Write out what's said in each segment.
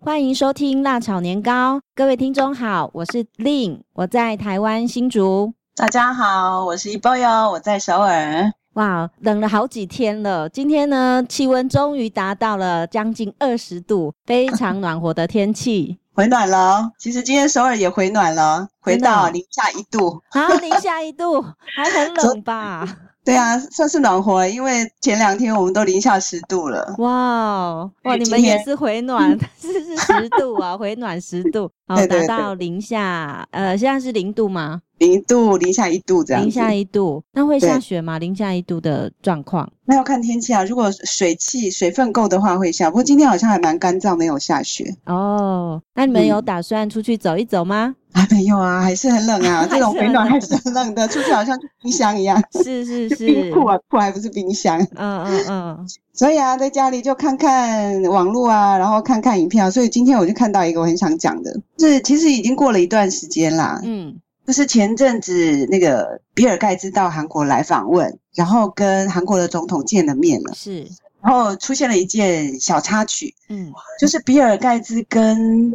欢迎收听《辣炒年糕》，各位听众好，我是 Lin，我在台湾新竹。大家好，我是一波哟，我在首尔。哇，冷了好几天了，今天呢，气温终于达到了将近二十度，非常暖和的天气 回暖了，其实今天首尔也回暖了，回真的哦到零下一度。啊，零下一度，还很冷吧？对啊，算是暖和，因为前两天我们都零下十度了。哇哦哇，你们今天也是回 暖，是是十度啊，回暖十度，好对达对到零下，呃，现在是零度吗？零度，零下一度这样子。零下一度，那会下对雪吗？零下一度的状况，那要看天气啊，如果水汽水分够的话会下，不过今天好像还蛮干燥，没有下雪哦，那你们嗯有打算出去走一走吗？啊，没有啊，还是很 冷还啊，是很这种回暖冷还是很冷的，出去好像去冰箱一样，是是，就是冰库啊，库还不是冰箱。嗯嗯嗯，所以啊，在家里就看看网络啊，然后看看影片啊。所以今天我就看到一个我很想讲的，就是其实已经过了一段时间啦。嗯就是前阵子那个比尔盖茨到韩国来访问，然后跟韩国的总统见了面了，是，然后出现了一件小插曲，嗯就是比尔盖茨跟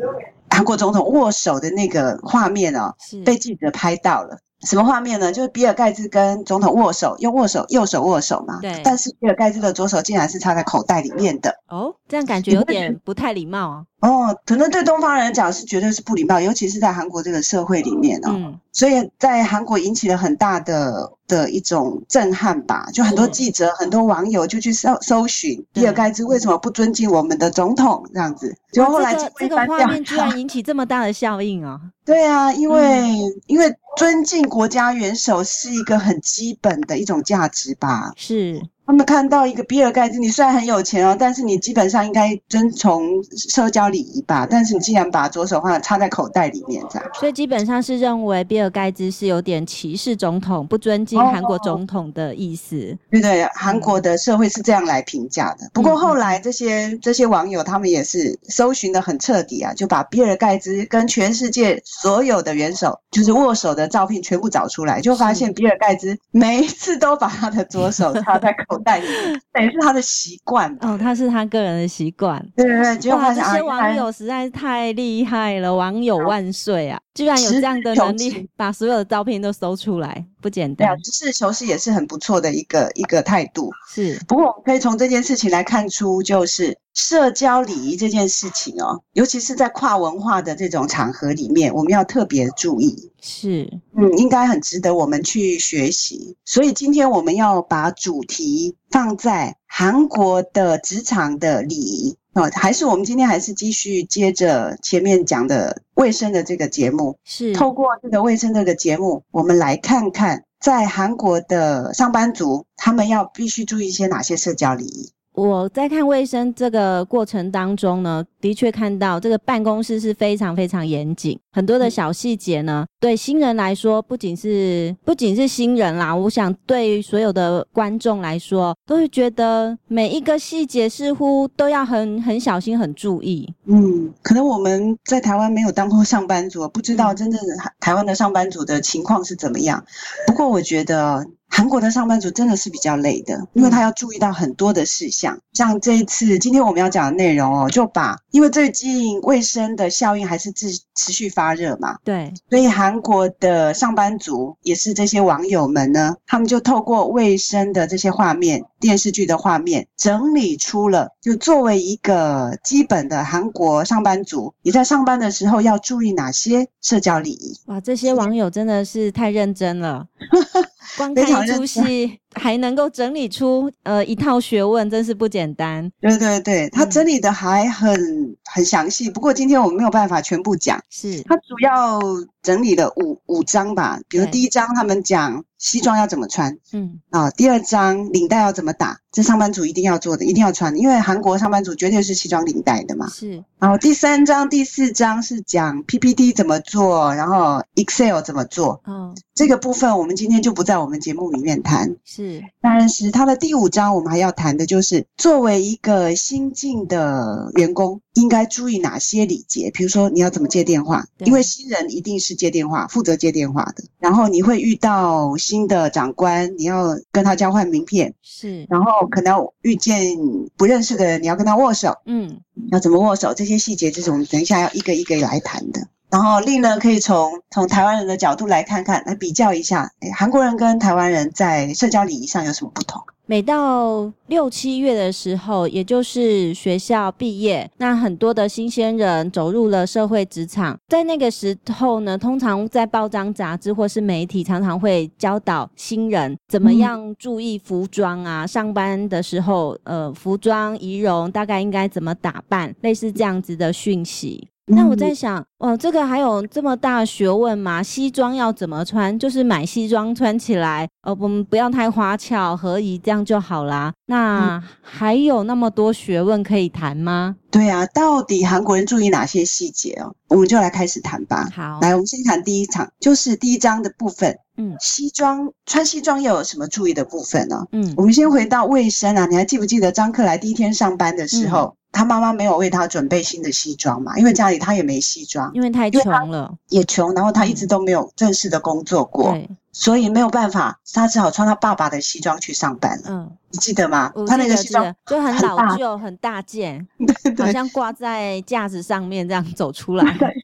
韩国总统握手的那个画面哦，是，被记者拍到了。什么画面呢？就是比尔盖茨跟总统握手，用握手右手握手嘛。对但是比尔盖茨的左手竟然是插在口袋里面的。哦，这样感觉你有会觉点不太礼貌 啊。哦，可能对东方人讲是绝对是不礼貌，尤其是在韩国这个社会里面哦。嗯，所以在韩国引起了很大的的一种震撼吧，就很多嗯记者、很多网友就去搜搜寻对比尔盖茨为什么不尊敬我们的总统这样子，结哇果后来这个这经过一个番画调面居然引起这么大的效应啊！ 对啊，因为、嗯因为尊敬国家元首是一个很基本的一种价值吧。是，他们看到一个比尔盖茨，你虽然很有钱哦，但是你基本上应该遵从社交礼仪吧，但是你竟然把左手放插在口袋里面这样。所以基本上是认为比尔盖茨是有点歧视总统、不尊敬哦韩国总统的意思。对对，韩国的社会是这样来评价的。不过后来这些这些网友他们也是搜寻的很彻底啊，就把比尔盖茨跟全世界所有的元首就是握手的照片全部找出来，就发现比尔盖茨每一次都把他的左手插在口袋里，等于是他的习惯吧。哦，他是他个人的习惯。对对对，结果哇，发这现啊，些原来网友实在是太厉害了，网友万岁啊！居然有这实样的事求能力是，把所有的照片都搜出来，不简对啊，单。实事求是也是很不错的一个一个态度。是，不过我们可以从这件事情来看出，就是社交礼仪这件事情哦，尤其是在跨文化的这种场合里面，我们要特别注意。是，嗯，应该很值得我们去学习。所以今天我们要把主题放在韩国的职场的礼仪哦，还是我们今天还是继续接着前面讲的卫生的这个节目，是，透过这个卫生这个节目，我们来看看在韩国的上班族，他们要必须注意一些哪些社交礼仪。我在看卫生这个过程当中呢，的确看到这个办公室是非常非常严谨，很嗯多的小细节呢，对新人来说，不仅是不仅是新人啦，我想对于所有的观众来说，都会觉得每一个细节似乎都要很很小心、很注意。嗯，可能我们在台湾没有当过上班族，不知道嗯真正的台湾的上班族的情况是怎么样。不过我觉得韩国的上班族真的是比较累的，因为他要注意到很多的事项。像这一次今天我们要讲的内容哦，就把因为最近卫生的效应还是持持续发热嘛，对，所以韩国的上班族也是这些网友们呢，他们就透过卫生的这些画面、电视剧的画面，整理出了就作为一个基本的韩国上班族，你在上班的时候要注意哪些社交礼仪。哇，这些网友真的是太认真 了，光非常看一认出戏还能够整理出呃一套学问，真是不简单。对对对，他嗯整理的还很很详细，不过今天我们没有办法全部讲。是，他主要整理了五五章吧，比如对第一章他们讲西装要怎么穿，嗯，啊、第二章领带要怎么打？这上班族一定要做的，一定要穿的，因为韩国上班族绝对是西装领带的嘛。是，然后第三章、第四章是讲 PPT 怎么做，然后 Excel 怎么做。哦，这个部分我们今天就不在我们节目里面谈。是。是但是它的第五章我们还要谈的就是，作为一个新进的员工，应该注意哪些礼节？比如说你要怎么接电话，对因为新人一定是接电话，负责接电话的。然后你会遇到新的长官，你要跟他交换名片，是，然后可能要遇见不认识的人，你要跟他握手，嗯，要怎么握手，这些细节就是我们等一下要一个一个来谈的。然后另呢，可以从从台湾人的角度来看看，来比较一下，哎，韩国人跟台湾人在社交礼仪上有什么不同？每到六七月的时候，也就是学校毕业，那很多的新鲜人走入了社会职场，在那个时候呢，通常在报章、杂志或是媒体常常会教导新人怎么嗯样注意服装啊，上班的时候，呃，服装仪容大概应该怎么打扮，类似这样子的讯息。那嗯我在想，哦，这个还有这么大的学问吗？西装要怎么穿？就是买西装穿起来，呃，我们不要太花俏，合宜这样就好啦。嗯那、还有那么多学问可以谈吗？对啊，到底韩国人注意哪些细节哦？我们就来开始谈吧。好，来，我们先谈第一场，就是第一章的部分。嗯西装穿西装又有什么注意的部分呢、嗯我，们先回到卫生啊，你还记不记得张克莱第一天上班的时嗯候，他妈妈没有为他准备新的西装嘛？因为家里他也没西装，因为太因为穷了，也穷，然后他一直都没有正式的工作过，对，所以没有办法，他只好穿他爸爸的西装去上班了。嗯，你记得吗我？他记那得个西记装得，就很很老大旧，很大件， 对好对像挂在架子上面这样走出来，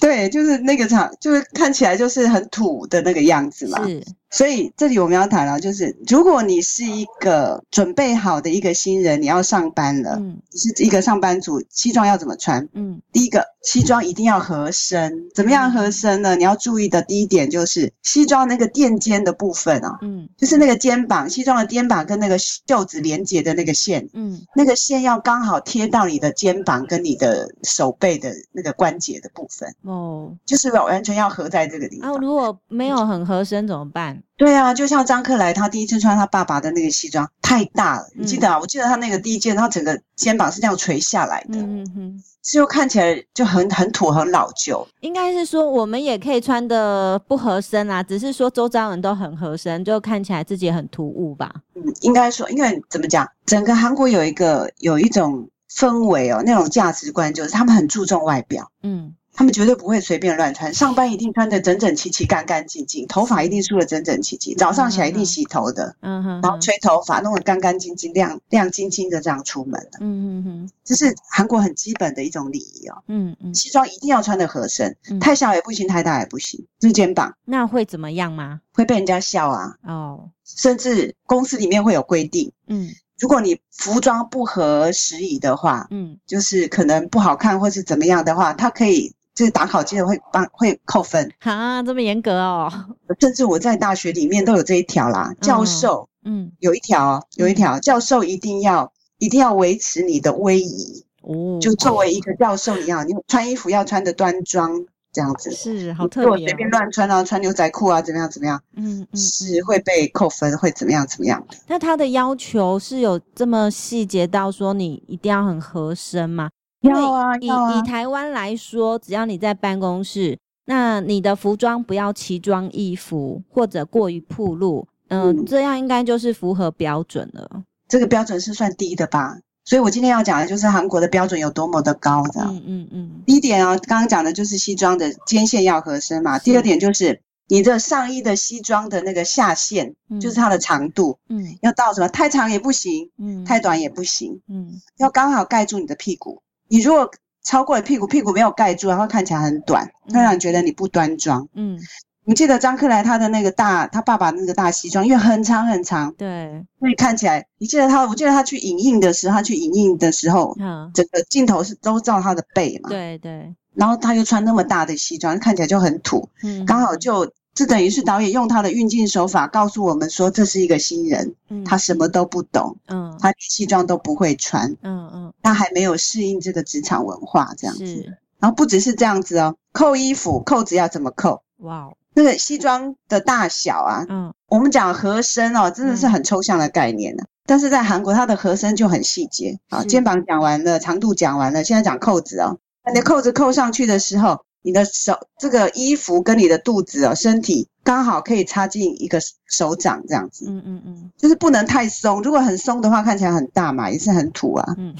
对，就是那个厂，就是看起来就是很土的那个样子嘛。是，所以这里我们要谈了，啊就是如果你是一个准备好的一个新人，你要上班了，嗯你是一个上班族，西装要怎么穿？嗯第一个，西装一定要合身。怎么样合身呢？你要注意的第一点就是西装那个垫肩的部分啊，嗯就是那个肩膀，西装的肩膀跟那个袖子连接的那个线，嗯，那个线要刚好贴到你的肩膀跟你的手背的那个关节的部分，哦，就是完全要合在这个地啊方，。如果没有很合身怎么办？对啊，就像张克莱，他第一次穿他爸爸的那个西装太大了，嗯你记得啊？我记得他那个第一件，他整个肩膀是这样垂下来的，嗯嗯嗯。就看起来就很很土、很老旧。应该是说我们也可以穿的不合身啦，只是说周遭人都很合身，就看起来自己很突兀吧。嗯，应该说，因为怎么讲，整个韩国有一个有一种氛围哦，那种价值观就是他们很注重外表。嗯，他们绝对不会随便乱穿，上班一定穿得整整齐齐、干干净净，头发一定梳得整整齐齐，早上起来一定洗头的，嗯哼哼，然后吹头发，弄得干干净净、亮亮晶晶的这样出门的，嗯哼哼，这是韩国很基本的一种礼仪哦。嗯嗯，西装一定要穿得合身，嗯太小也不行，太大也不行，露肩膀那会怎么样吗？会被人家笑啊，哦，甚至公司里面会有规定。嗯如果你服装不合时宜的话，嗯，就是可能不好看或是怎么样的话，他可以就是打考绩的会帮会扣分， 哈，这么严格哦。甚至我在大学里面都有这一条啦，教授 嗯，有一条哦，有一条，教授一定要一定要维持你的威仪，哦，就作为一个教授一样，你穿衣服要穿的端庄这样子。是好你特如果别、随哦便，乱穿啊，穿牛仔裤啊，怎么样怎么样，嗯嗯。是会被扣分，会怎么样怎么样的。那他的要求是有这么细节到说你一定要很合身吗？因为要啊以要啊以台湾来说，只要你在办公室，那你的服装不要奇装异服或者过于暴露，嗯，嗯这样应该就是符合标准了。这个标准是算低的吧？所以我今天要讲的就是韩国的标准有多么的高的。嗯嗯嗯，第一点啊，刚刚讲的就是西装的肩线要合身嘛。第二点就是你的上衣的西装的那个下线，嗯就是它的长度嗯要到什么？太长也不行，嗯，太短也不行，嗯要刚好盖住你的屁股。你如果超过了屁股，屁股没有盖住，然后看起来很短，嗯会让人觉得你不端庄。嗯，你记得张克莱他的那个大，他爸爸那个大西装，因为很长很长，对，所以看起来，你记得他，我记得他去影印的时候，他去影印的时候，好，整个镜头是都照他的背嘛，对对，然后他又穿那么大的西装，看起来就很土，嗯，刚好就这等于是导演用他的运镜手法告诉我们说，这是一个新人，嗯他什么都不懂，嗯他连西装都不会穿，嗯他还没有适应这个职场文化嗯，这样子。是然后不只是这样子哦，扣衣服扣子要怎么扣？哇哦，那个西装的大小啊，嗯我们讲合身哦，真的是很抽象的概念呢、但是在韩国，它的合身就很细节啊，是肩膀讲完了，长度讲完了，现在讲扣子哦。那你的扣子扣上去的时候，你的手这个衣服跟你的肚子哦，身体刚好可以插进一个手掌这样子，嗯嗯嗯就是不能太松。如果很松的话，看起来很大嘛，也是很土啊，嗯，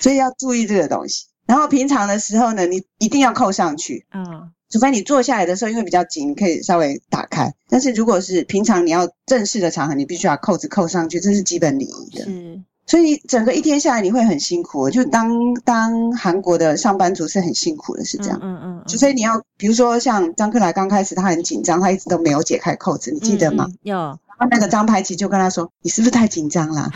所以要注意这个东西。然后平常的时候呢，你一定要扣上去， 啊，除非你坐下来的时候，因为比较紧，你可以稍微打开。但是如果是平常你要正式的场合，你必须把扣子扣上去，这是基本礼仪的。是，所以整个一天下来你会很辛苦，就当当韩国的上班族是很辛苦的，是这样。嗯嗯嗯，除非你要，比如说像张克莱刚开始他很紧张，他一直都没有解开扣子，你记得吗？嗯？嗯有，然后那个张排奇就跟他说：“你是不是太紧张 啦？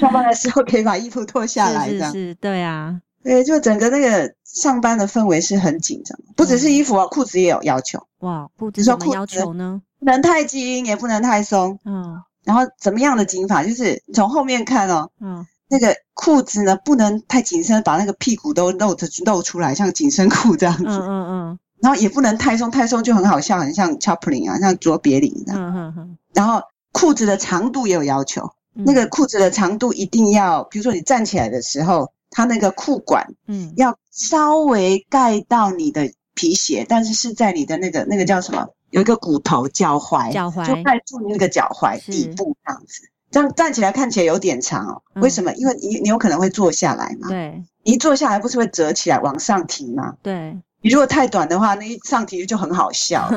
上班的时候可以把衣服脱下来，是这是样。是，对啊，对，就整个那个上班的氛围是很紧张，不只是衣服啊，裤子也有要求，哇，哦布置你什说么裤要子求呢？不能太紧，也不能太松。嗯然后怎么样的紧法，就是从后面看哦，嗯，那个裤子呢不能太紧身，把那个屁股都露着露出来，像紧身裤这样子。嗯嗯然后也不能太松，太松就很好笑，很像 Chaplin 啊，像卓别林这嗯样。嗯嗯嗯，然后裤子的长度也有要求，嗯那个裤子的长度一定要，比如说你站起来的时候，它那个裤管嗯要稍微盖到你的皮鞋，但是是在你的那个那个叫什么，有一个骨头脚踝，脚踝就盖住你那个脚踝是底部这样子。这样站起来看起来有点长哦，嗯为什么？因为你你有可能会坐下来嘛，对你一坐下来不是会折起来往上提吗？对， 你如果太短的话，那一上题就很好笑，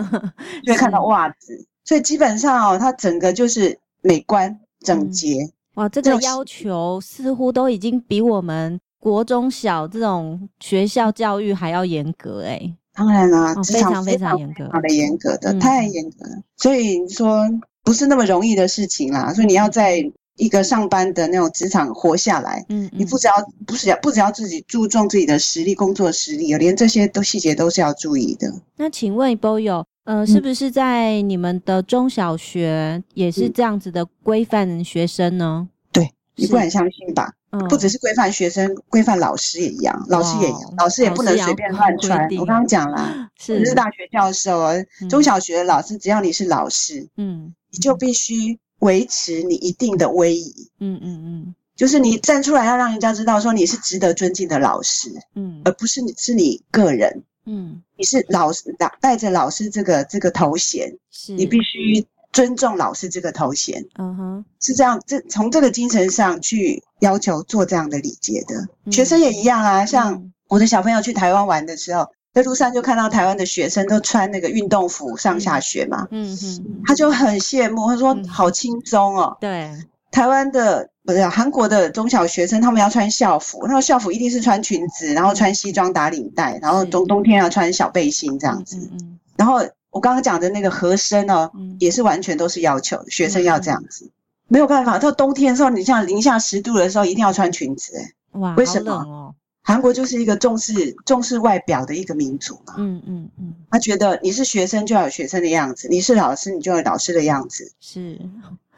就会看到是袜子。所以基本上哦，它整个就是美观整洁。哇，这个种要求似乎都已经比我们国中小这种学校教育还要严格哎、当然啦、哦啊职非场常非非常常严格非常的严格的，嗯太严格了。所以你说不是那么容易的事情啦。所以你要在一个上班的那种职场活下来，嗯，你不只要不只要不只要自己注重自己的实力、工作实力，连这些都细节都是要注意的。那请问 Boyo，呃，嗯是不是在你们的中小学也是嗯这样子的规范学生呢？对，你是不敢相信吧？嗯，不只是规范学生，规范老师也一样，老师也一样哇，老师也不能随便乱老穿师也要规。定我刚刚讲啦，嗯是你是大学教授啊，中小学的老师，只要你是老师，嗯你就必须维持你一定的威仪，嗯嗯就是你站出来要让人家知道说你是值得尊敬的老师，嗯而不是你是你个人，嗯嗯，你是老师带带着老师这个这个头衔，是你必须尊重老师这个头衔，嗯哼是这样，这从这个精神上去要求做这样的礼节的。嗯学生也一样啊，像嗯我的小朋友去台湾玩的时候，在路上就看到台湾的学生都穿那个运动服上下学嘛，嗯嗯，他就很羡慕，他说嗯好轻松哦。对，台湾的不是韩国的中小学生，他们要穿校服，然后校服一定是穿裙子，然后穿西装打领带，然后是冬冬天要穿小背心这这样子。嗯然后我刚刚讲的那个和声哦，嗯嗯也是完全都是要求学生要这样子，嗯没有办法。到冬天的时候，你像零下十度的时候，一定要穿裙子、欸。嗯，哇，为好什么冷哦？韩国就是一个重视重视外表的一个民族嘛，嗯嗯嗯，他觉得你是学生就要有学生的样子，你是老师你就要有老师的样子。是，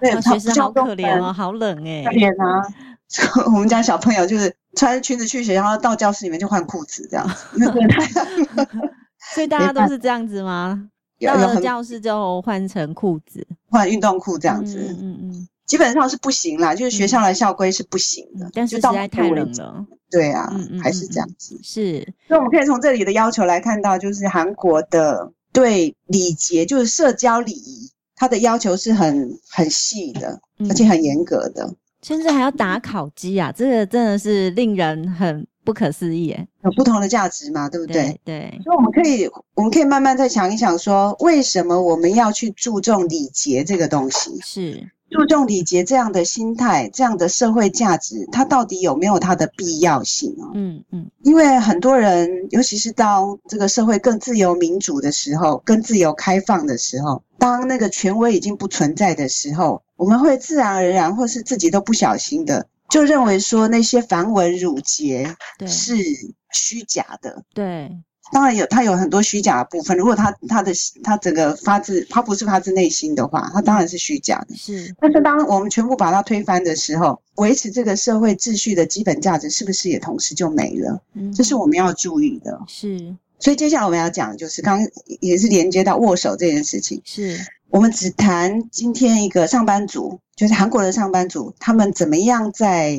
对，哇他学生好可怜哦，，好冷哎可，怜啊！ 我们家小朋友就是穿裙子去学校，然后到教室里面就换裤子这样 子，因为真的太所以大没家都办是这样子吗？有到有了很教室就换成裤子，换运动裤这这样子，嗯嗯嗯基本上是不行啦，就是学校的校规是不行的，嗯，但是实就到在目前太为冷止了，对啊，嗯嗯还是嗯这样子。是，所以我们可以从这里的要求来看到，就是韩国的对礼节，就是社交礼仪，它的要求是很很细的，嗯而且很严格的，甚至还要打烤鸡啊，这个真的是令人很不可思议耶。有不同的价值嘛，对不对？对对，所以我们可以，我们可以慢慢再想一想说为什么我们要去注重礼节这个东西？是，注重礼节这样的心态，这样的社会价值，它到底有没有它的必要性哦？嗯嗯因为很多人，尤其是当这个社会更自由民主的时候，更自由开放的时候，当那个权威已经不存在的时候，我们会自然而然，或是自己都不小心的，就认为说那些繁文缛节对是虚假的。对，当然有，它有很多虚假的部分。如果它它的它整个发自它不是发自内心的话，它当然是虚假的。是，但是当我们全部把它推翻的时候，维持这个社会秩序的基本价值是不是也同时就没了？嗯这是我们要注意的。是所以接下来我们要讲，就是刚也是连接到握手这件事情。是，我们只谈今天一个上班族，就是韩国的上班族，他们怎么样在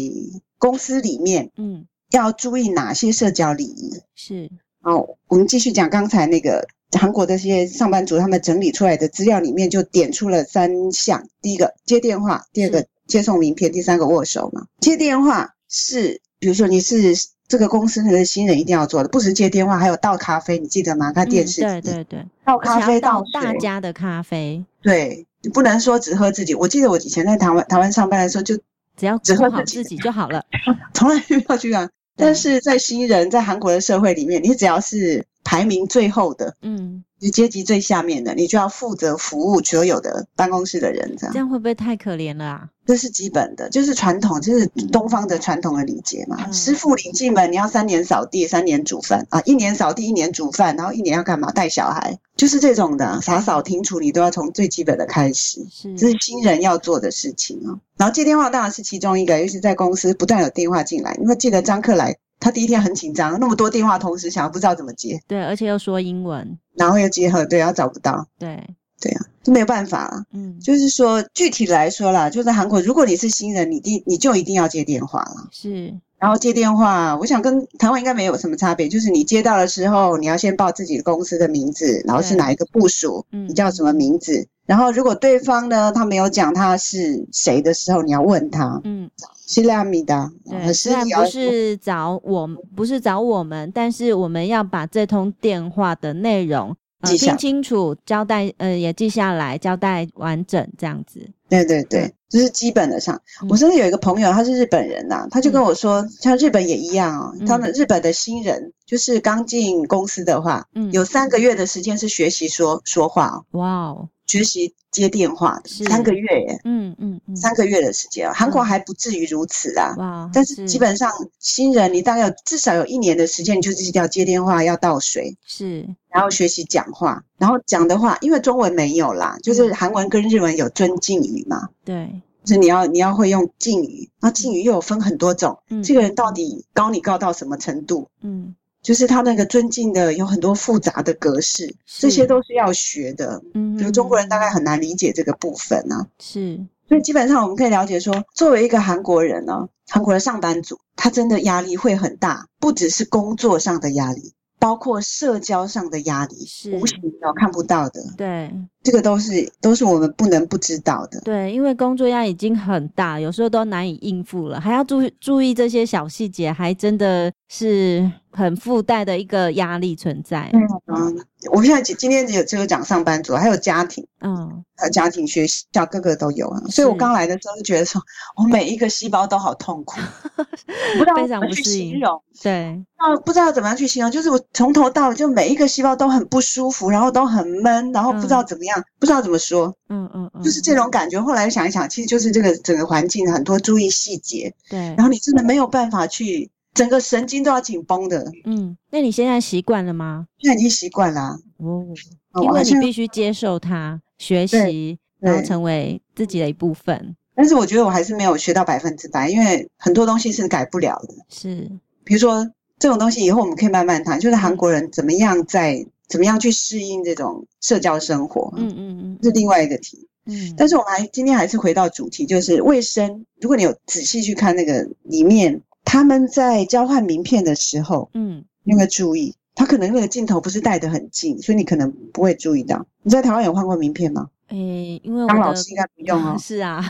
公司里面嗯要注意哪些社交礼仪。是，好，哦我们继续讲刚才那个韩国这些上班族他们整理出来的资料里面，就点出了三项：第一个接电话，第二个接送名片，第三个握手嘛。接电话是，比如说你是这个公司的新人，一定要做的，不止接电话，还有倒咖啡，你记得吗？看电视里嗯面、对对对，倒而咖且要啡倒倒大水家的咖啡，对，你不能说只喝自己。我记得我以前在台湾台湾上班的时候，就只要只顾喝好自己自己就好了。从来没有去啊。对但是在新人在韩国的社会里面，你只要是排名最后的，嗯，你阶级最下面的，你就要负责服务所有的办公室的人，这这样样会不会太可怜了啊？这是基本的，就是传统，就是东方的传统的礼节嘛。嗯师傅领进门，你要三年扫地，三年煮饭啊，一年扫地，一年煮饭，然后一年要干嘛？带小孩，就是这种的啊，打扫停厨，你都要从最基本的开始。是，这是新人要做的事情啊、然后接电话当然是其中一个，尤其在公司不断有电话进来，因为记得张克来，他第一天很紧张，那么多电话同时响，不知道怎么接，对，而且又说英文，然后又结合对，然后找不到，对，这没有办法啊。嗯，就是说，具体来说啦，就在韩国，如果你是新人，你第你就一定要接电话啦。是，然后接电话，我想跟台湾应该没有什么差别，就是你接到的时候，你要先报自己公司的名字，然后是对哪一个部署，嗯，你叫什么名字？然后如果对方呢他没有讲他是谁的时候，你要问他嗯，希拉米达，对，是虽然不是找我们，不是找我们，但是我们要把这通电话的内容、呃、记下听清楚，交代呃也记下来，交代完整这样子。对对对，这是基本的上。嗯我真的有一个朋友，他是日本人呐、他就跟我说，像日本也一样哦，嗯他们日本的新人就是刚进公司的话，嗯，有三个月的时间是学习说说话哦，哇哦，学习接电话的，是三个月耶，嗯嗯嗯，三个月的时间哦，韩国嗯还不至于如此啊。哇，哦但是基本上，新人你大概有至少有一年的时间，你就是要接电话，要倒水，是然后学习讲话，然后讲的话，因为中文没有啦，嗯就是韩文跟日文有尊敬语嘛，对，就是你要你要会用敬语，那敬语又有分很多种，嗯，这个人到底高你高到什么程度？嗯就是他那个尊敬的有很多复杂的格式，这些是都是要学的。嗯，比如中国人大概嗯很难理解这个部分啊，是所以基本上我们可以了解说，作为一个韩国人呢、韩国的上班族，他真的压力会很大，不只是工作上的压力，包括社交上的压力，是无形的看不到的，对这个都是都是我们不能不知道的。对，因为工作量已经很大，有时候都难以应付了，还要注意注意这些小细节，还真的是很附带的一个压力存在。嗯，我现在今今天只有只有讲上班族，还有家庭，嗯，还有家庭、学校，各个都有啊。所以我是刚来的时候就觉得说，我每一个细胞都好痛 苦，我不知道非怎常么不去适应形容。对，啊，不知道怎么样去形容，就是我从头到尾就每一个细胞都很不舒服，然后都很闷，然后不知道怎么样，不知道怎么说，嗯嗯嗯，就是这种感觉。后来想一想，其实就是这个整个环境很多注意细节，对然，后你真的没有办法去，整个神经都要紧绷的。嗯，那你现在习惯了吗？现在已经习惯啦、哦，啊，因我好为你像，必须接受它，学习，然后对成为自己的一部分。但是我觉得我还是没有学到百分之百，因为很多东西是改不了的。是，比如说这种东西以后我们可以慢慢谈，就是嗯韩国人怎么样在怎么样去适应这种社交生活，嗯，嗯嗯是另外一个题。嗯，但是我们还今天还是回到主题，就是卫生。如果你有仔细去看那个里面，他们在交换名片的时候，嗯你有没有注意？他可能那个镜头不是带得很近，所以你可能不会注意到。你在台湾有换过名片吗？嗯诶，因为我当老的师应该不用 哦。是啊，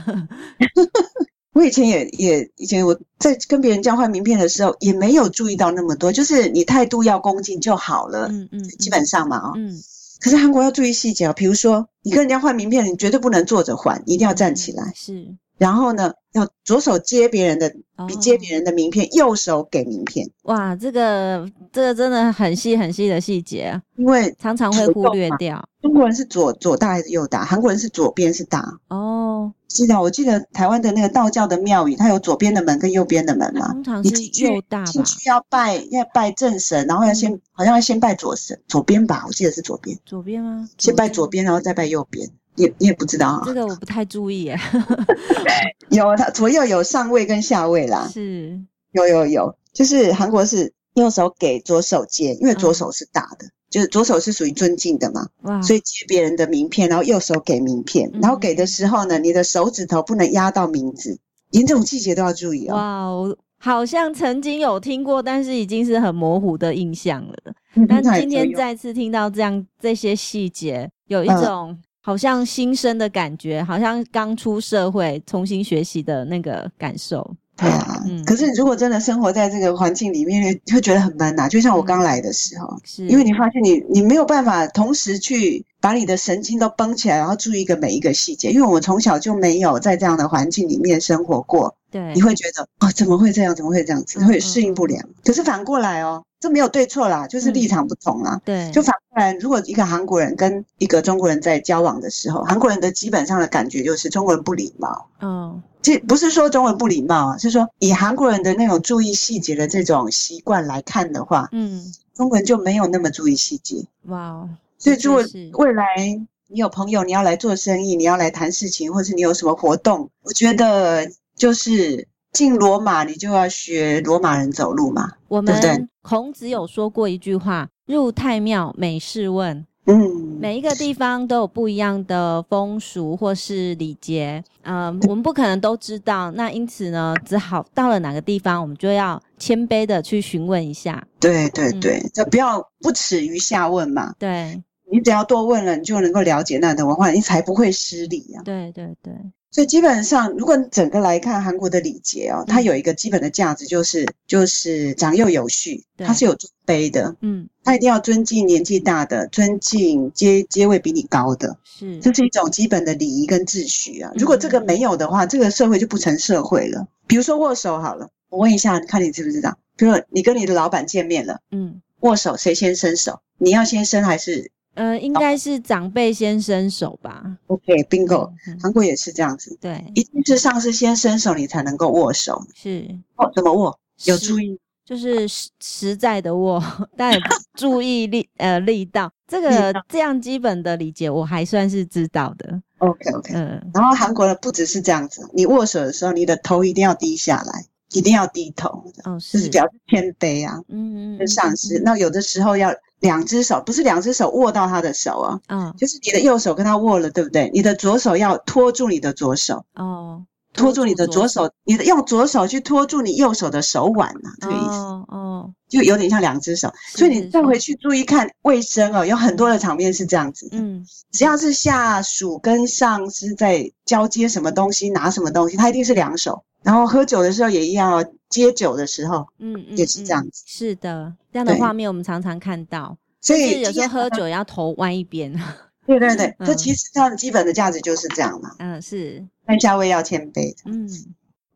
我以前也也以前我在跟别人交换名片的时候，也没有注意到那么多，就是你态度要恭敬就好了，嗯嗯，呃基本上嘛哦。嗯可是韩国要注意细节哦，比如说你跟人家换名片，你绝对不能坐着换，你一定要站起来。是，然后呢，要左手接别人的哦比接别人的名片，右手给名片，哇，这个这个真的很细很细的细节，啊因为常常会忽略掉。中国人是左左大还是右大，韩国人是左边是大。哦，记得我记得台湾的那个道教的庙宇，它有左边的门跟右边的门嘛。通常啊你是进去又啊大吧嗯进，去要拜要拜正神，然后要先、好像要先拜左神左边吧，我记得是左边，左边吗？先拜左边，然后再拜右边。你也你也不知道这啊，个我不太注意耶。 有啊，它左右有上位跟下位啦，是，有有有，就是韩国是右手给左手接，嗯因为左手是大的，就是左手是属于尊敬的嘛，哇，所以接别人的名片，然后右手给名片，嗯然后给的时候呢，你的手指头不能压到名字，连这种细节都要注意哦。哇，我好像曾经有听过，但是已经是很模糊的印象了。嗯但那也今可以天哦再次听到这样这些细节，有一嗯种好像新生的感觉，好像刚出社会重新学习的那个感受。对啊，嗯可是你如果真的生活在这个环境里面，会觉得很闷啊呐、就像我刚来的时候，是因为你发现你你没有办法同时去把你的神经都绷起来，然后注意一个每一个细节。因为我从小就没有在这样的环境里面生活过，对你会觉得哦，怎么会这样？怎么会这样子？嗯嗯会嗯适应不良。可是反过来哦，这没有对错啦，就是立场不同啊啦。对，就反过来，如果一个韩国人跟一个中国人在交往的时候，韩国人的基本上的感觉就是中国人不礼貌。嗯这不是说中文不礼貌啊，是说以韩国人的那种注意细节的这种习惯来看的话，嗯，中国人就没有那么注意细节。哇哦，所以的确如果是未来你有朋友，你要来做生意，你要来谈事情，或是你有什么活动，我觉得就是进罗马，你就要学罗马人走路嘛。我对不对们孔子有说过一句话：“入太庙，每事问。”嗯，每一个地方都有不一样的风俗或是礼节，嗯、我们不可能都知道，那因此呢，只好到了哪个地方，我们就要谦卑的去询问一下。对对嗯对，就不要不耻于下问嘛。对，你只要多问了，你就能够了解那的文化，你才不会失礼呀、对，对，对，所以基本上，如果你整个来看韩国的礼节哦，嗯它有一个基本的价值，就是就是长幼有序，对它是有尊卑的，嗯，它一定要尊敬年纪大的，尊敬阶阶位比你高的，是，这是一种基本的礼仪跟秩序啊。如果这个嗯没有的话，这个社会就不成社会了。比如说握手好了，我问一下，你看你知不知道？比如说你跟你的老板见面了，嗯，握手谁先伸手？你要先伸还是呃，应该是长辈先伸手吧。 ？OK，bingo，、嗯韩国也是这样子，对，一定是上司先伸手，你才能够握手。是哦，怎么握？有是注意就是实实在的握， 但也 不注意力呃力道，这力个道这样基本的理解我还算是知道的。 ？OK OK。嗯，然后韩国的不只是这样子，你握手的时候，你的头一定要低下来，一定要低头，哦，就是是，表示谦卑啊，嗯嗯跟上司。嗯那有的时候要两只手，不是两只手握到他的手啊，嗯就是你的右手跟他握了，对不对？你的左手要托住你的左手，哦，托住你的左手。手，你的用左手去托住你右手的手腕啊，这个意思。哦哦，就有点像两只手，所以你再回去注意看卫生哦，有很多的场面是这样子的。嗯，只要是下属跟上司在交接什么东西、拿什么东西，他一定是两手。然后喝酒的时候也一样哦，接酒的时候嗯嗯，也是这样嗯子。是的，这样的对画面我们常常看到，所就是以有时候喝今酒要头歪一边。 天，对对对，嗯这其实它的基本的价值就是这样嘛。嗯，是，但下位要谦卑。嗯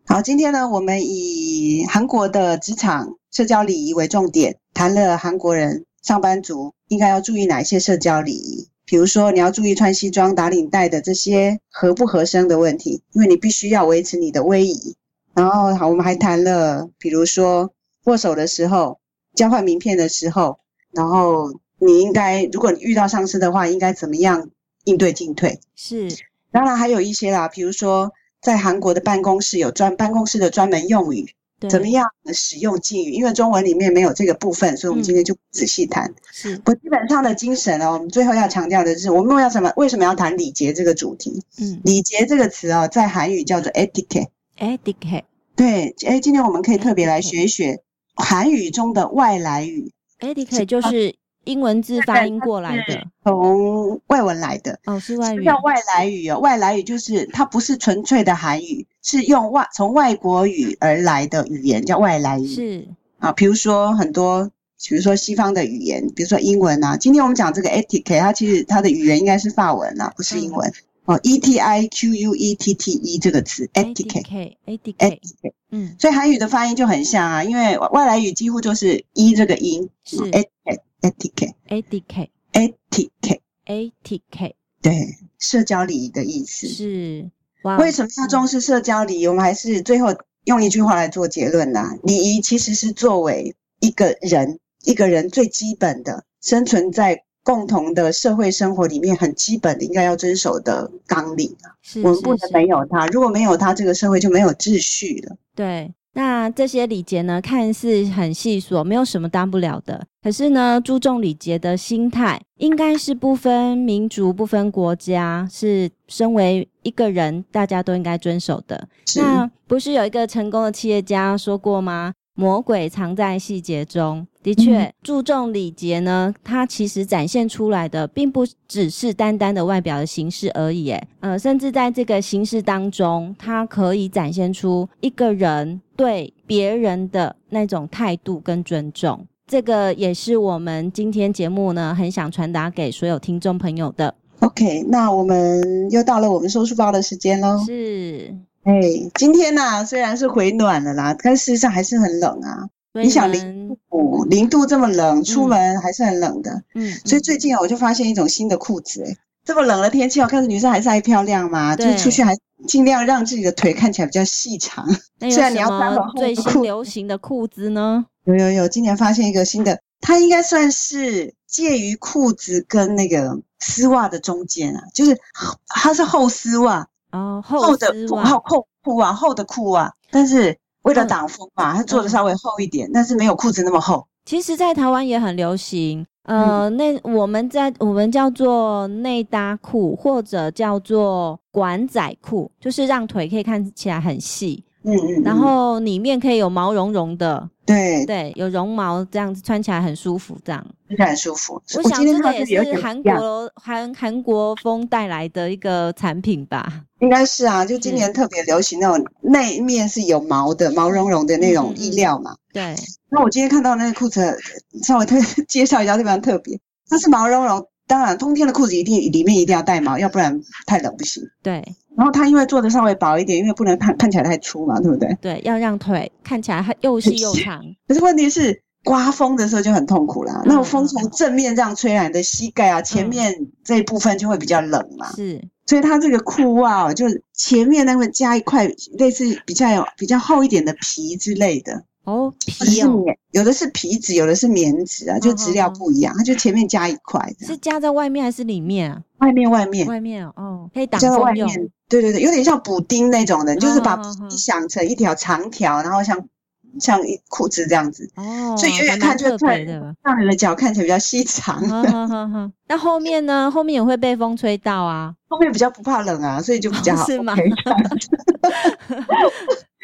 好，今天呢，我们以韩国的职场社交礼仪为重点，谈了韩国人上班族应该要注意哪一些社交礼仪。比如说，你要注意穿西装、打领带的这些合不合身的问题，因为你必须要维持你的威仪。然后，好，我们还谈了，比如说握手的时候、交换名片的时候，然后你应该，如果你遇到上司的话，应该怎么样应对进退？是，当然还有一些啦，比如说在韩国的办公室有专办公室的专门用语，对，怎么？样使用敬语？因为中文里面没有这个部分，所以我们今天就不仔细谈。是，我基本上的精神哦，我们最后要强调的是，我们要什么？为什么要谈礼节这个主题？嗯，礼节这个词哦，在韩语叫做 etiquette。哎 d i c k 对，哎，今天我们可以特别来学一学韩语中的外来语，哎 d i c k 就是英文字发音过来的，从外文来的。哦，是外什么语，叫外来语哦，外来语就是它不是纯粹的韩语，是用外从外国语而来的语言，叫外来语是，啊。比如说很多，比如说西方的语言，比如说英文啊。今天我们讲这个 etiquette，它其实它的语言应该是法文啊，不是嗯英文、哦。e t i q u e t t e 这个词 a d etiquette。 k a d k etiquette，嗯，所以韩语的发音就很像啊，因为外来语几乎就是一这个音，嗯是 etiquette，etiquette，etiquette， a d k a d k 对，社交礼仪的意思。是，哇，为什么要重视社交礼仪？我们还是最后用一句话来做结论呐、礼仪其实是作为一个人一个人最基本的生存在共同的社会生活里面很基本的应该要遵守的纲领啊。是我们是不能是没有它，如果没有它，这个社会就没有秩序了。对，那这些礼节呢，看似很细琐，没有什么大不了的，可是呢，注重礼节的心态，应该是不分民族、不分国家，是身为一个人，大家都应该遵守的。是那不是有一个成功的企业家说过吗？魔鬼藏在细节中。的确，嗯注重礼节呢，它其实展现出来的，并不只是单单的外表的形式而已。诶，呃，甚至在这个形式当中，它可以展现出一个人对别人的那种态度跟尊重。这个也是我们今天节目呢，很想传达给所有听众朋友的。 OK，那我们又到了我们收书包的时间喽。是，哎，今天呢、虽然是回暖了啦，但事实上还是很冷啊。所你想以零呢度零度这么冷，出门还是很冷的。嗯，所以嗯最近啊，我就发现一种新的裤子、哎，这么冷的天气哦，看着女生还是爱漂亮嘛，就对是出去还尽量让自己的腿看起来比较 细长。那有虽然你什要穿很么厚最的裤新子流行的裤子呢？有有有，今年发现一个新的，它应该算是介于裤子跟那个丝袜的中间啊，就是它是厚丝袜，哦，厚厚的丝裤袜厚厚裤啊，厚的裤啊，但是为了嗯挡风嘛，它做的嗯稍微厚一点，但是没有裤子那么厚。其实，在台湾也很流行。呃，嗯那我们在我们叫做内搭裤，或者叫做管仔裤，就是让腿可以看起来很细，嗯嗯，然嗯后里面可以有毛茸茸的，对，对，有绒毛，这样子穿起来很舒服。这样，真的很舒服。我今想天这看个到也这个有是点韩不一样国韩韩国风带来的一个产品吧？应该是啊，就今年特别流行那种内面是有毛的、毛茸茸的那种嗯嗯衣嗯料嘛。 对，那我今天看到那个裤子，稍微特介绍一下，非常特别，它是毛茸茸。当然，冬天的裤子一定里面一定要带毛，要不然太冷不行。对，然后它因为做的稍微薄一点，因为不能看看起来太粗嘛，对不对？对，要让腿看起来很又细又长。可是问题是，刮风的时候就很痛苦啦。那种风从正面这样吹来，你的膝盖啊，前面这一部分就会比较冷嘛。是，所以它这个裤袜、哦，就是前面那会加一块类似比较有比较厚一点的皮之类的，哦，或皮者是哦，棉，有的是皮质，有的是棉质啊，就质料不一样。它就前面加一块这嗯样，是夹在外面还是里面啊？外面外面外面哦哦，可以挡加到外风面用。。对对对，有点像补丁那种的，你就是把嗯嗯嗯嗯你想成一条长条，然后像像一裤子这样子，哦，所以远远还看蛮就特看别的。嗯让你的脚看起来比较细长。哈哈哈哈！那后面呢？后面也会被风吹到啊。 后面比较不怕冷啊，所以就比较好、哦是吗 OK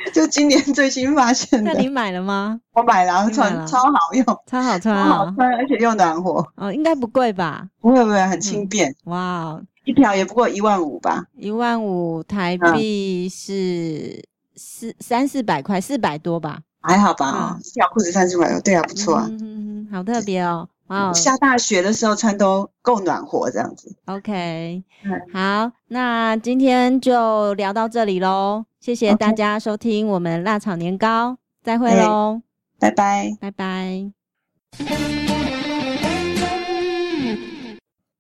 就今年最新发现那的，你买了吗？我买了，你买穿了超好用，超好穿超好啊！穿，而且又暖和，哦，应该不贵吧？不会不会很轻便，哇哦，一条也不过一万五吧。一万五台嗯币是四三四百块，四百多吧？还好吧、哦，嗯一条裤子三十块，对啊，不错啊。嗯哼哼好特别哦！哇哦，下大雪的时候穿都够暖和，这样子。 OK，嗯好，那今天就聊到这里喽，谢谢 OK 大家收听我们辣炒年糕，再会哎喽，拜拜。拜拜。 Thank